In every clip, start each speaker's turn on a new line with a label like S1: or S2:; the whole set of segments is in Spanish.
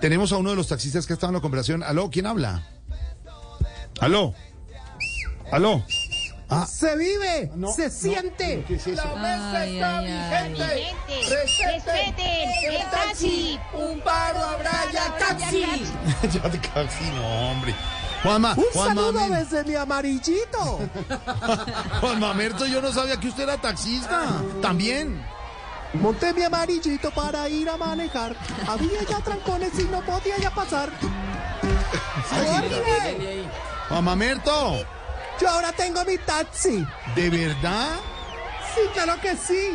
S1: Tenemos a uno de los taxistas que ha estado en la conversación. Aló, ¿quién habla? Aló. Aló. Ah,
S2: Se vive,
S1: No,
S2: se
S1: no,
S2: siente.
S1: ¿qué es eso?
S3: La mesa
S4: Ay,
S3: está
S4: ay, ay.
S3: vigente.
S5: Vigente.
S3: Respeten
S5: Respeten
S3: el taxi. Un paro habrá ya taxi.
S1: Ya te casi no, hombre. Juanma,
S2: Un
S1: Juanma,
S2: saludo
S1: Mer-
S2: desde mi amarillito.
S1: Juanma Merto, yo no sabía que usted era taxista. También.
S2: Monté mi amarillito para ir a manejar. Había ya trancones y no podía ya pasar. ¡Jorge!
S1: Juanma Merto,
S2: Yo ahora tengo mi taxi.
S1: ¿de verdad?
S2: Sí, claro que sí.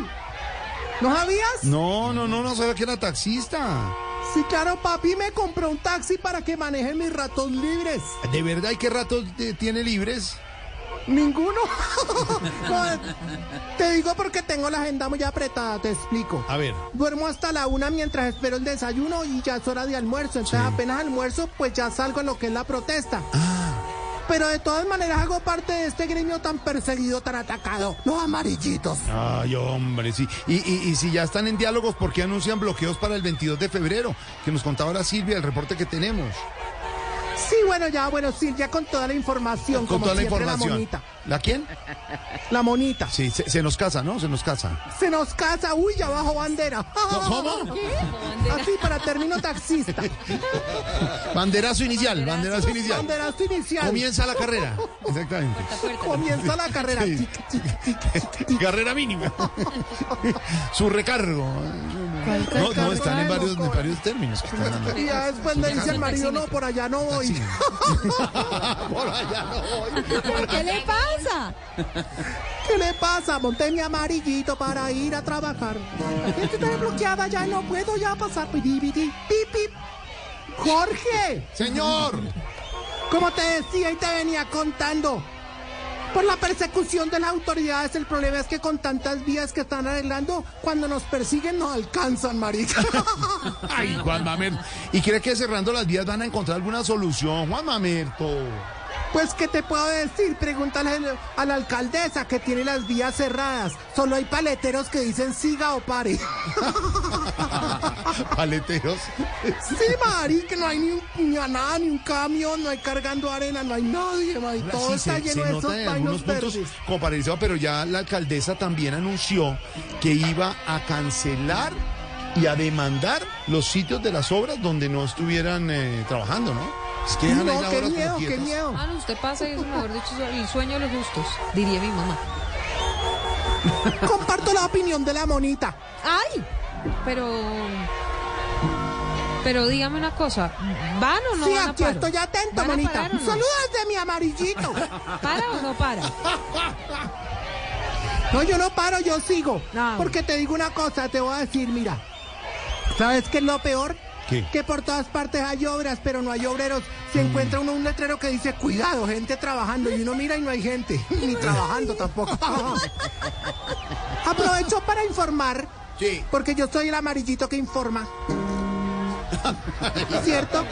S2: ¿No sabías?
S1: No, no, no, no sabía que era taxista.
S2: Sí, claro, papi me compró un taxi para que maneje mis ratos libres.
S1: ¿De verdad? ¿Y qué rato te- tiene libres?
S2: Ninguno. No, te digo porque tengo la agenda muy apretada, te explico.
S1: A ver.
S2: Duermo hasta la una mientras espero el desayuno y ya es hora de almuerzo. Entonces apenas almuerzo, pues ya salgo en lo que es la protesta.
S1: Ah.
S2: Pero de todas maneras hago parte de este gremio tan perseguido, tan atacado. Los amarillitos.
S1: Ay, hombre, sí. Y, y- y si ya están en diálogos, ¿por qué anuncian bloqueos para el 22 de febrero? Que nos contaba ahora Silvia, el reporte que tenemos.
S2: Sí, bueno, ya, bueno, sí, ya con toda la información,
S1: Con
S2: como
S1: toda la
S2: siempre,
S1: información.
S2: la monita.
S1: ¿La quién?
S2: La monita.
S1: Sí, se, se nos casa, ¿no? Se nos casa.
S2: Se nos casa, uy, ya bajo bandera.
S1: ¿Cómo?
S2: Así para término taxista.
S1: Banderazo inicial, banderazo inicial.
S2: Banderazo inicial.
S1: Comienza la carrera. Exactamente.
S2: Comienza la carrera.
S1: Sí.
S2: Tic, tic, tic.
S1: Carrera mínima. Su recargo. No, no, están en varios, en varios términos. que están dando.
S2: Y ya después le dice al marido, no, por allá no voy.
S1: Sí. Por allá no voy.
S4: ¿Qué le pasa?
S2: ¿Qué le pasa? Monté mi amarillito para ir a trabajar. Estoy tan bloqueada ya, no puedo ya pasar. Pidi, pidi, pip, pip. Jorge,
S1: Señor.
S2: como te decía y te venía contando, por la persecución de las autoridades, el problema es que con tantas vías que están arreglando, cuando nos persiguen nos alcanzan, marica.
S1: Ay, Juan Mamerto. ¿Y cree que cerrando las vías van a encontrar alguna solución, Juan Mamerto?
S2: Pues, ¿qué te puedo decir? Pregúntale al- a la alcaldesa que tiene las vías cerradas. Solo hay paleteros que dicen siga o pare.
S1: Paleteros.
S2: Sí, Mari, que no hay ni, un, ni a nada, ni un camión, no hay cargando arena, no hay nadie, Mari. Todo
S1: Sí,
S2: está
S1: se, se
S2: lleno de
S1: nota
S2: esos
S1: en algunos
S2: vainos
S1: puntos
S2: verdes.
S1: como paralizado, pero ya la alcaldesa también anunció que iba a cancelar y a demandar los sitios de las obras donde no estuvieran eh, trabajando, ¿no? Es que dejan ahí
S2: No,
S1: las
S2: qué
S1: obras como
S2: miedo, qué
S1: quietas.
S2: miedo.
S4: Ah, no, usted pasa y es, mejor dicho, el sueño de los justos, diría mi mamá. Ah,
S2: Comparto la opinión de la monita.
S4: ¡Ay! Pero. Pero dígame una cosa, ¿van o no
S2: sí,
S4: van a
S2: aquí
S4: paro?
S2: estoy atento,
S4: ¿Van a
S2: monita.
S4: parar o no?
S2: Saludos de mi amarillito.
S4: ¿Para o no para?
S2: No, yo no paro, yo sigo.
S4: Ah.
S2: Porque te digo una cosa, te voy a decir, mira. ¿Sabes qué es lo peor?
S1: ¿Qué?
S2: Que por todas partes hay obras, pero no hay obreros. Se encuentra uno un letrero que dice, cuidado, gente trabajando. Y uno mira y no hay gente, ni trabajando tampoco. Aprovecho para informar,
S1: Sí.
S2: porque yo soy el amarillito que informa. ¿Cierto?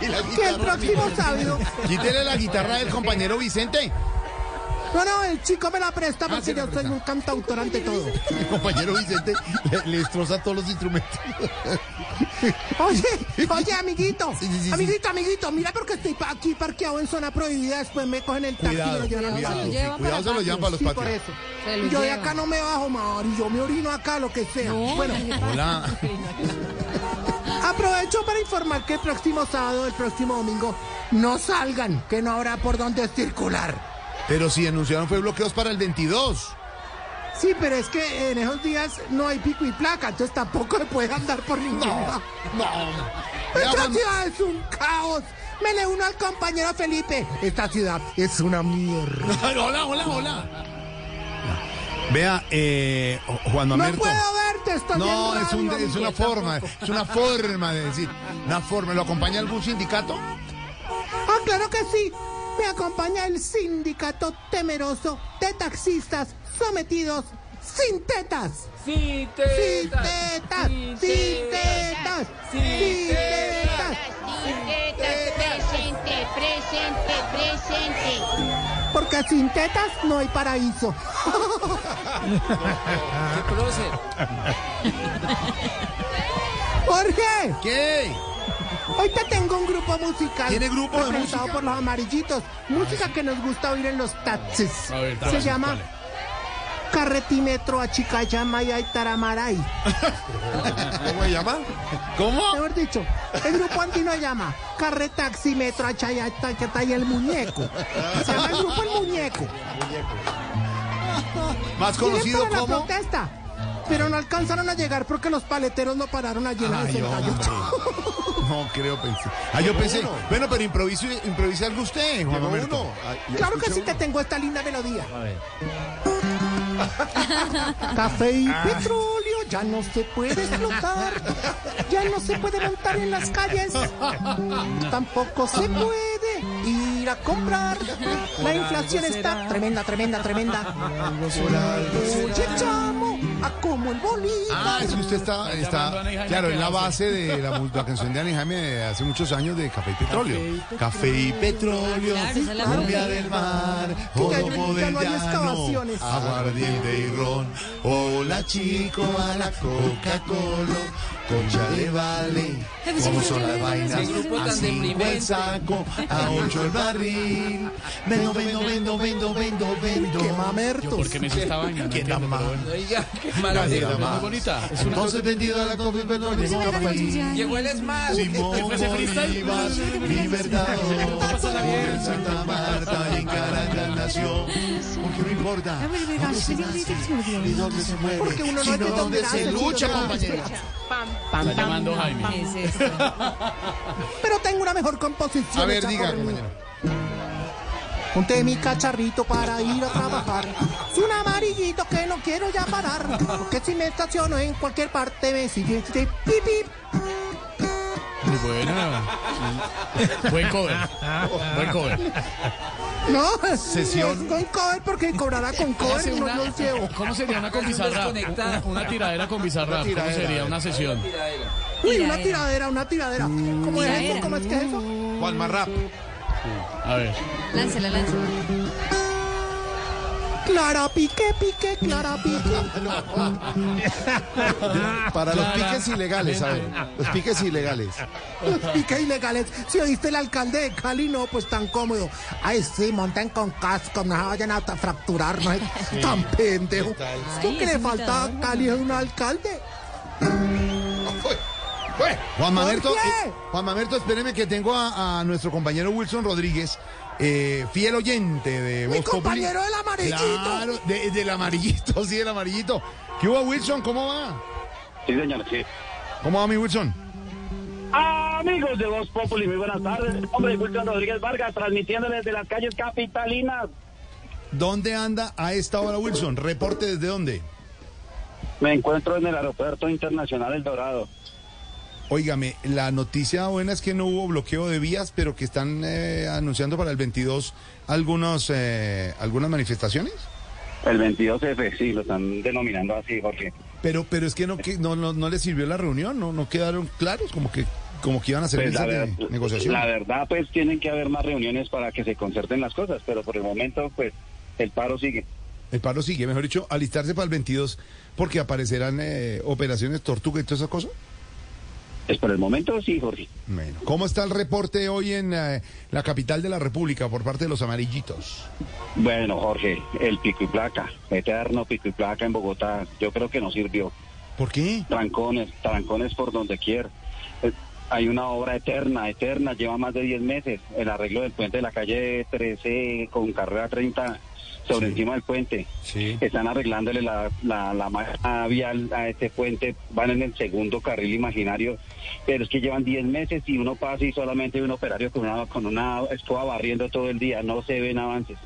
S1: Y la
S2: Que el
S1: guitarra.
S2: próximo sábado...
S1: Quítele la guitarra del compañero Vicente.
S2: No, no, el chico me la presta
S1: se
S2: porque
S1: Ah, la
S2: yo soy
S1: presta.
S2: un cantautor ante todo.
S1: El compañero Vicente le, le destroza todos los instrumentos.
S2: Oye, oye, amiguito,
S1: Sí, sí, sí, sí.
S2: amiguito, amiguito, mira porque estoy pa- aquí parqueado en zona prohibida, después me cogen el taxi y me
S1: Cuidado,
S2: lo llevan a
S1: cuidado. sí, Cuidado,
S2: la
S4: Se lo llevan para
S1: se lo llevan para los
S2: Sí, por
S1: patios.
S2: eso.
S4: Se lo
S2: Yo de
S4: llevan.
S2: acá no me bajo, Mari, yo me orino acá, lo que sea.
S4: No,
S2: Bueno,
S4: ¿qué le pasa?
S1: Hola.
S2: aprovecho para informar que el próximo sábado, el próximo domingo, no salgan, que no habrá por dónde circular.
S1: Pero si denunciaron fue bloqueos para el 22.
S2: Sí, pero es que en esos días no hay pico y placa, entonces tampoco se puede andar por ningún lado.
S1: Vea,
S2: Esta
S1: Juan-
S2: ciudad es un caos. Me le uno al compañero Felipe. Esta ciudad es una mierda.
S1: hola, hola, hola. Vea, eh, Juan
S2: No
S1: Mamerto.
S2: puedo verte, estoy
S1: No,
S2: en radio,
S1: es, un- es
S2: amigo.
S1: una forma, es una forma de decir, una forma. ¿Lo acompaña algún sindicato?
S2: Ah, claro que sí. Me acompaña el sindicato temeroso de taxistas sometidos sin tetas.
S6: Sí,
S2: Sin
S6: teta.
S2: tetas. Sin tetas. Sin
S6: Sin
S2: tetas.
S5: Presente, presente, presente.
S2: Porque sin tetas no hay paraíso.
S6: ¿Qué prócer?
S2: Jorge,
S1: ¿Qué?
S2: Hoy te tengo un grupo musical.
S1: ¿Tiene grupo de
S2: representado por los amarillitos. Música que nos gusta oír en los taxis.
S6: A ver,
S2: Se
S6: taxis,
S2: llama
S6: ¿cuál
S2: Carretimetro Achicayama y Aitaramaray.
S1: ¿Cómo se llama?
S6: ¿Cómo?
S2: Mejor dicho, el grupo antino se llama Carretaximetro Achayata y el muñeco. Se llama el grupo El Muñeco.
S1: Más
S2: Vienen
S1: conocido
S2: para la
S1: como.
S2: protesta. Pero no alcanzaron a llegar porque los paleteros lo pararon allí en la
S1: Ay,
S2: 68.
S1: hombre. No creo, pensé. Ah, yo pensé. Bueno, pero improviso, improvise algo usted, Juan Roberto.
S2: Claro que sí te tengo esta linda melodía.
S6: A ver.
S2: Café y
S1: Ah.
S2: petróleo ya no se puede explotar, ya no se puede montar en las calles, tampoco se puede ir a comprar. La inflación está tremenda, tremenda, tremenda. Oye, chamo, a como el
S1: Ah,
S2: bolívar.
S1: es que usted está,
S6: llamando a
S1: está
S6: Ana y Jaime
S1: claro,
S6: que
S1: es la
S6: hace.
S1: base de la, mu- la canción de Ana y Jaime de hace muchos años de Café y Petróleo. Café y Petróleo,
S4: Claro, esa es la
S1: cumbia
S4: melodía.
S1: del mar,
S2: Que ya-
S1: jorobo
S2: ya
S1: del
S2: no hay
S1: llano,
S2: excavaciones.
S1: aguardiente y ron. Hola chico, a la Coca-Cola, concha de vale.
S4: Ay, pues
S1: ¿Cómo
S4: siempre
S1: son
S4: que
S1: las
S4: viene
S1: vainas?
S4: ese grupo
S1: A
S4: tan
S1: cinco el
S6: deprimente.
S1: saco, a ocho el barril. Vendo, vendo, vendo, vendo, vendo, vendo.
S2: Qué
S6: Yo,
S2: mamertos.
S6: ¿Por qué me hizo esta vaina? No
S1: ¿Quién da
S6: entiendo,
S1: más?
S6: pero bueno.
S7: Oiga, qué
S1: Nadie
S7: maravilla.
S1: da
S6: Es muy
S1: más.
S6: bonita. Es una
S1: Entonces vendida la copa y perdón,
S4: Se me acabó el chicha.
S7: Llegó el Smart.
S1: Simón
S6: fue ese freestyle?
S1: Bolívar, Libertador, en Santa Marta y en Caracas nació. Porque no importa.
S4: A ver, venga,
S1: dónde se
S4: siempre
S1: nace
S4: dice que se murió.
S1: y dónde se muere,
S2: Porque uno no es
S1: sino
S2: de donde
S1: dónde
S2: nace,
S1: se
S2: sino
S1: lucha,
S2: dónde
S1: compañero.
S5: Pam, pam,
S6: Está
S5: pam.
S6: llamando Jaime.
S4: ¿Qué es esto?
S2: Pero tengo una mejor composición.
S1: A ver,
S2: hecha
S1: diga,
S2: por mí.
S1: compañero.
S2: Ponte mi cacharrito para ir a trabajar. Es un amarillito que no quiero ya parar. Porque si me estaciono en cualquier parte me siguen. Pip, pip.
S6: Muy buena. Buen cover. Buen cover.
S2: No,
S1: Sesión.
S2: es con cover porque cobrará con cover y no yo llevo.
S6: ¿Cómo sería una con bizarra?
S7: Desconectada.
S6: Una, una tiradera con bizarra. ¿Cómo
S1: tiradera, a
S6: sería
S1: ver.
S6: una sesión?
S2: Uy, una
S4: Tiradera.
S2: tiradera, una tiradera. ¿Cómo es eso?
S4: Tiradera.
S2: ¿Cómo es que es eso?
S1: Juan Marrap.
S6: A ver.
S4: Láncela, láncela.
S2: Clara pique, pique, clara pique.
S1: Para los
S6: Clara.
S1: piques ilegales, ¿sabes? Los piques ilegales.
S2: Los piques ilegales. Si oíste el alcalde de Cali, no, pues tan cómodo. Ay, sí, monten con casco, no se vayan a ta- fracturar, no es tan pendejo. ¿Tú
S4: Ay,
S2: que
S4: es
S2: le
S4: un
S2: falta a
S4: imitador,
S2: Cali es un alcalde?
S1: Juan
S2: ¿Por
S1: Mamerto,
S2: qué?
S1: eh, Juan Mamerto, espéreme que tengo a, a nuestro compañero Wilson Rodríguez, eh, fiel oyente de
S2: Mi
S1: Voz Populi.
S2: compañero del amarillito.
S1: Claro, de- del amarillito, sí, del amarillito. ¿Qué hubo, Wilson? ¿Cómo va?
S8: Sí, señor, sí.
S1: ¿Cómo va mi Wilson?
S8: Amigos de Voz Populi, muy buenas tardes. Mi Nombre es Wilson Rodríguez Vargas, transmitiendo desde las calles capitalinas.
S1: ¿Dónde anda a esta hora Wilson? Reporte desde dónde.
S8: Me encuentro en el Aeropuerto Internacional El Dorado.
S1: Óigame, la noticia buena es que no hubo bloqueo de vías, pero que están eh, anunciando para el 22 algunos, eh, algunas manifestaciones.
S8: El 22F, sí, lo están denominando así, pues, Jorge.
S1: Pero, pero es que no, que no, no, no les sirvió la reunión, no, no quedaron claros, como que, como que iban a hacer
S8: Pues
S1: mesas
S8: la, ver-
S1: de negociación.
S8: la verdad, pues tienen que haber más reuniones para que se concerten las cosas, pero por el momento, pues, el paro sigue.
S1: El paro sigue, mejor dicho, alistarse para el 22 porque aparecerán eh, operaciones tortuga y todas esas cosas.
S8: Pues por el momento sí, Jorge.
S1: Bueno, ¿cómo está el reporte hoy en eh, la capital de la República por parte de los amarillitos?
S8: Bueno, Jorge, el pico y placa, eterno pico y placa en Bogotá, yo creo que no sirvió.
S1: ¿Por qué?
S8: trancones, trancones por donde quiera. Eh, Hay una obra eterna, eterna, lleva más de 10 meses. El arreglo del puente de la calle 13 con carrera 30 sobre encima del puente.
S1: Sí.
S8: Están arreglándole la, la, la malla vial a este puente, van en el segundo carril imaginario, pero es que llevan 10 meses y uno pasa y solamente hay un operario con una, con una escoba barriendo todo el día, no se ven avances.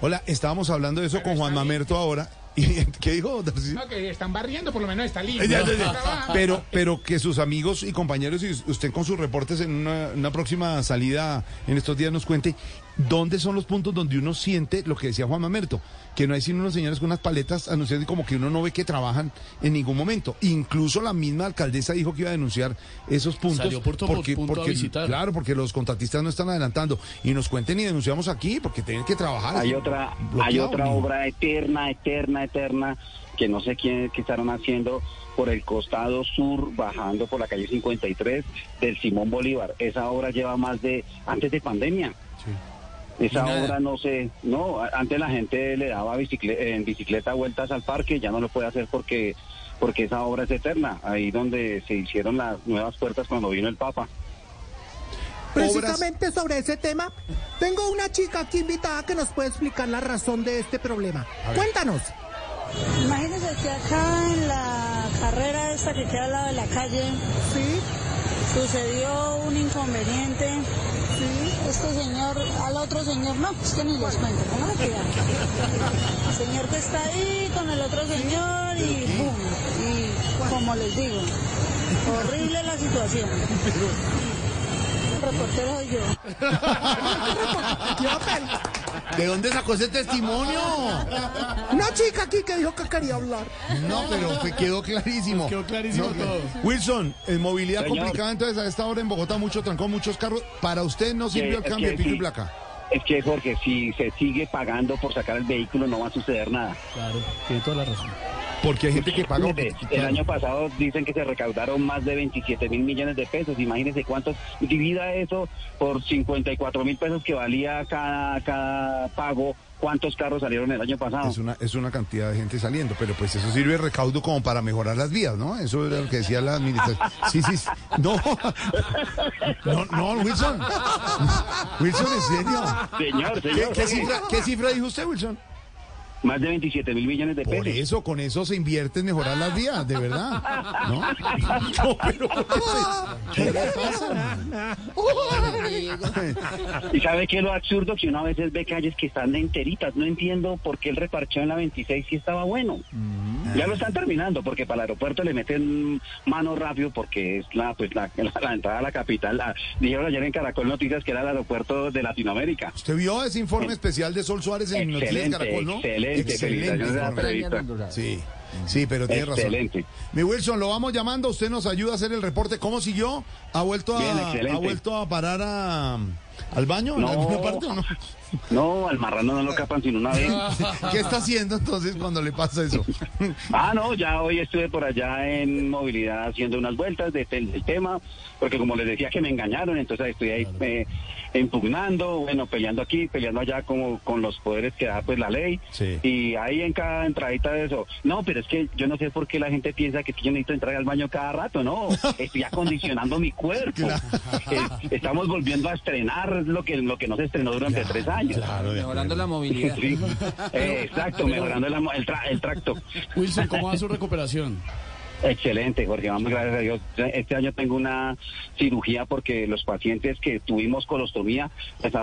S1: Hola, estábamos hablando de eso con Juan Mamerto ahora. ¿Y qué dijo? don Tarcisio?
S9: No, que están barriendo, por lo menos está limpio.
S1: Ya, ya, ya. Pero, pero que sus amigos y compañeros y usted con sus reportes en una, una próxima salida en estos días nos cuente dónde son los puntos donde uno siente lo que decía Juan Mamerto, que no hay sino unos señores con unas paletas anunciando y como que uno no ve que trabajan en ningún momento. Incluso la misma alcaldesa dijo que iba a denunciar esos puntos
S6: Salió por todo punto a visitar.
S1: claro, porque los contratistas no están adelantando y nos cuenten y denunciamos aquí porque tienen que trabajar.
S8: Hay
S1: así,
S8: otra, hay
S1: bloqueado,
S8: otra
S1: mijo.
S8: obra eterna, eterna, eterna, que no sé quién que estarán haciendo por el costado sur, bajando por la calle 53 del Simón Bolívar. Esa obra lleva más de, antes de pandemia. Esa obra no sé, no, a- antes la gente le daba bicicle- en bicicleta vueltas al parque, ya no lo puede hacer porque porque esa obra es eterna, ahí donde se hicieron las nuevas puertas cuando vino el Papa.
S2: Precisamente sobre ese tema, tengo una chica aquí invitada que nos puede explicar la razón de este problema. Cuéntanos.
S7: Imagínense que acá en la carrera esta que queda al lado de la calle
S2: Sí,
S7: sucedió un inconveniente. Este señor, al otro señor, no, es que ni los cuento, no me queda. El señor que está ahí con el otro señor y boom. Y como les digo, horrible la situación. El reportero soy yo.
S1: ¿De dónde sacó ese testimonio?
S2: una chica aquí que dijo que quería hablar.
S1: No, pero que quedó clarísimo.
S6: Quedó clarísimo todo.
S1: Wilson, en movilidad
S8: Señor.
S1: complicada, entonces a esta hora en Bogotá mucho trancón, muchos carros. Para usted no
S8: Que-
S1: sirvió el
S8: es
S1: cambio de
S8: que
S1: pico y
S8: sí.
S1: placa.
S8: Es que Jorge, si se sigue pagando por sacar el vehículo no va a suceder nada.
S6: Claro, tiene toda la razón.
S1: Porque hay gente que paga.
S8: Mire, el año pasado dicen que se recaudaron más de 27 mil millones de pesos. Imagínense cuántos. Divida eso por 54 mil pesos que valía cada, cada pago. ¿Cuántos carros salieron el año pasado?
S1: Es una, es una cantidad de gente saliendo, pero pues eso sirve de recaudo como para mejorar las vías, ¿no? Eso era lo que decía la administración. Sí, sí, sí. No. No, no, Wilson. Wilson, ¿en serio?
S8: Señor,
S1: ¿Qué,
S8: señor.
S1: qué cifra, qué cifra dijo usted, Wilson?
S8: Más de 27 mil millones de
S1: Por
S8: pesos.
S1: eso, con eso se invierte en mejorar las vías, de verdad. ¿No? No, pero ¿qué le pasa?
S8: ¿Y sabe qué es lo absurdo? Que uno a veces ve calles que están enteritas. No entiendo por qué el reparcheo en la 26 sí estaba bueno. Ya lo están terminando, porque para el aeropuerto le meten mano rápido, porque es la pues la, la- la entrada a la capital. La- dijeron ayer en Caracol Noticias que era el aeropuerto de Latinoamérica.
S1: Usted vio ese informe especial de Sol Suárez en Noticias
S8: Excelente,
S1: Caracol, ¿no?
S8: excelente, felicitaciones a la
S1: informe.
S8: periodista.
S1: Sí, sí, pero tiene
S8: Excelente.
S1: razón. Mi Wilson, lo vamos llamando, usted nos ayuda a hacer el reporte. ¿Cómo siguió? ¿Ha vuelto a,
S8: Bien, excelente.
S1: ¿ha vuelto a parar a- al baño en
S8: No.
S1: alguna parte o no?
S8: No, al marrano no lo capan sin una vez.
S1: Ah, ¿Qué está haciendo entonces cuando le pasa eso?
S8: Ah, no, ya hoy estuve por allá en movilidad haciendo unas vueltas de tel- del tema, porque como les decía que me engañaron, entonces estoy ahí eh, impugnando, bueno, peleando aquí, peleando allá como con los poderes que da pues la ley,
S1: Sí.
S8: y ahí en cada entradita de eso. No, pero es que yo no sé por qué la gente piensa que yo necesito entrar al baño cada rato, no, estoy acondicionando mi cuerpo. Eh, Estamos volviendo a estrenar lo que, lo que no se estrenó durante tres años.
S10: Mejorando la movilidad.
S8: Sí, eh, exacto, mejorando el, amo- el, tra- el tracto.
S6: Wilson, ¿cómo va su recuperación?
S8: Excelente, Jorge, vamos, gracias a Dios. Este año tengo una cirugía porque los pacientes que tuvimos colostomía,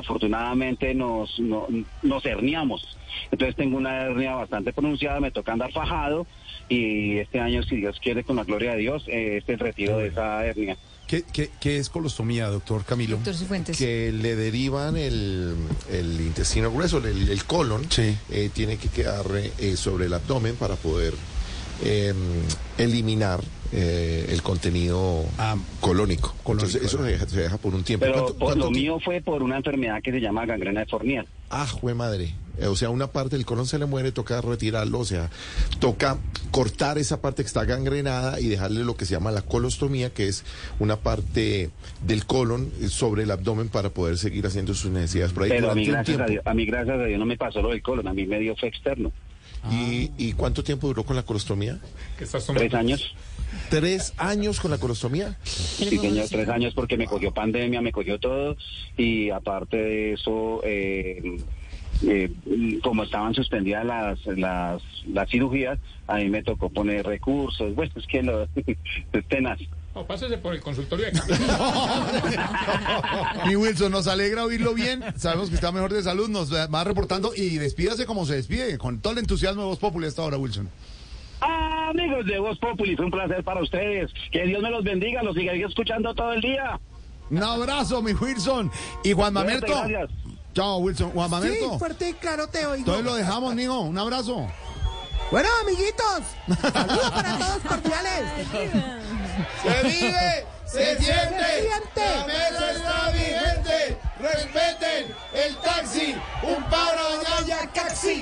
S8: desafortunadamente nos, no- nos herniamos. Entonces tengo una hernia bastante pronunciada, me toca andar fajado y este año, si Dios quiere, con la gloria de Dios, eh, es el retiro de esa hernia.
S1: ¿Qué, qué, qué es colostomía, doctor Camilo?
S4: Doctor Cifuentes.
S11: que le derivan el, el intestino grueso, el, el colon,
S1: Sí.
S11: eh, tiene que quedar eh, sobre el abdomen para poder eh, eliminar eh, el contenido
S1: Ah,
S11: colónico.
S1: colónico,
S11: Entonces, eso se deja, se deja por un tiempo.
S8: Pero
S11: ¿Cuánto-
S8: por
S11: cuánto
S8: lo
S11: ti-
S8: mío fue por una enfermedad que se llama gangrena de Fournier.
S11: Ah, jue madre. Eh, O sea, una parte del colon se le muere, toca retirarlo, o sea, toca cortar esa parte que está gangrenada y dejarle lo que se llama la colostomía, que es una parte del colon eh, sobre el abdomen para poder seguir haciendo sus necesidades por ahí
S8: Pero a mí,
S11: durante un
S8: gracias a,
S11: tiempo.
S8: Dios, a mí, gracias a Dios, no me pasó lo del colon, a mí me dio fue externo.
S11: ¿Y, y cuánto tiempo duró con la colostomía?
S9: Que estás
S8: Tres
S9: tomando.
S8: años.
S11: ¿Tres años con la colostomía?
S8: Sí, señor, tres años porque me cogió pandemia, me cogió todo y aparte de eso, eh, eh, como estaban suspendidas las, las, las cirugías, a mí me tocó poner recursos, bueno, es que lo, es tenaz.
S9: O pásese por el consultorio de Camilo.
S1: Mi Wilson, nos alegra oírlo bien. Sabemos que está mejor de salud. Nos va reportando y despídase como se despide, con todo el entusiasmo de Voz Populi hasta ahora, Wilson.
S8: Amigos de Voz Populi, fue un placer para ustedes. Que Dios me los bendiga, los siga escuchando todo el día.
S1: Un abrazo, mi Wilson. Y Juan Mamerto,
S8: Gracias.
S12: Chao, Wilson. Juan
S2: Sí,
S12: Mamerto.
S2: fuerte y claro te oigo.
S12: Entonces lo dejamos, mijo. Un abrazo.
S2: Bueno, amiguitos, saludos para todos cordiales.
S6: Se vive, se siente,
S2: Se siente.
S6: la mesa está vigente. Respeten el taxi, un paro allá, taxi.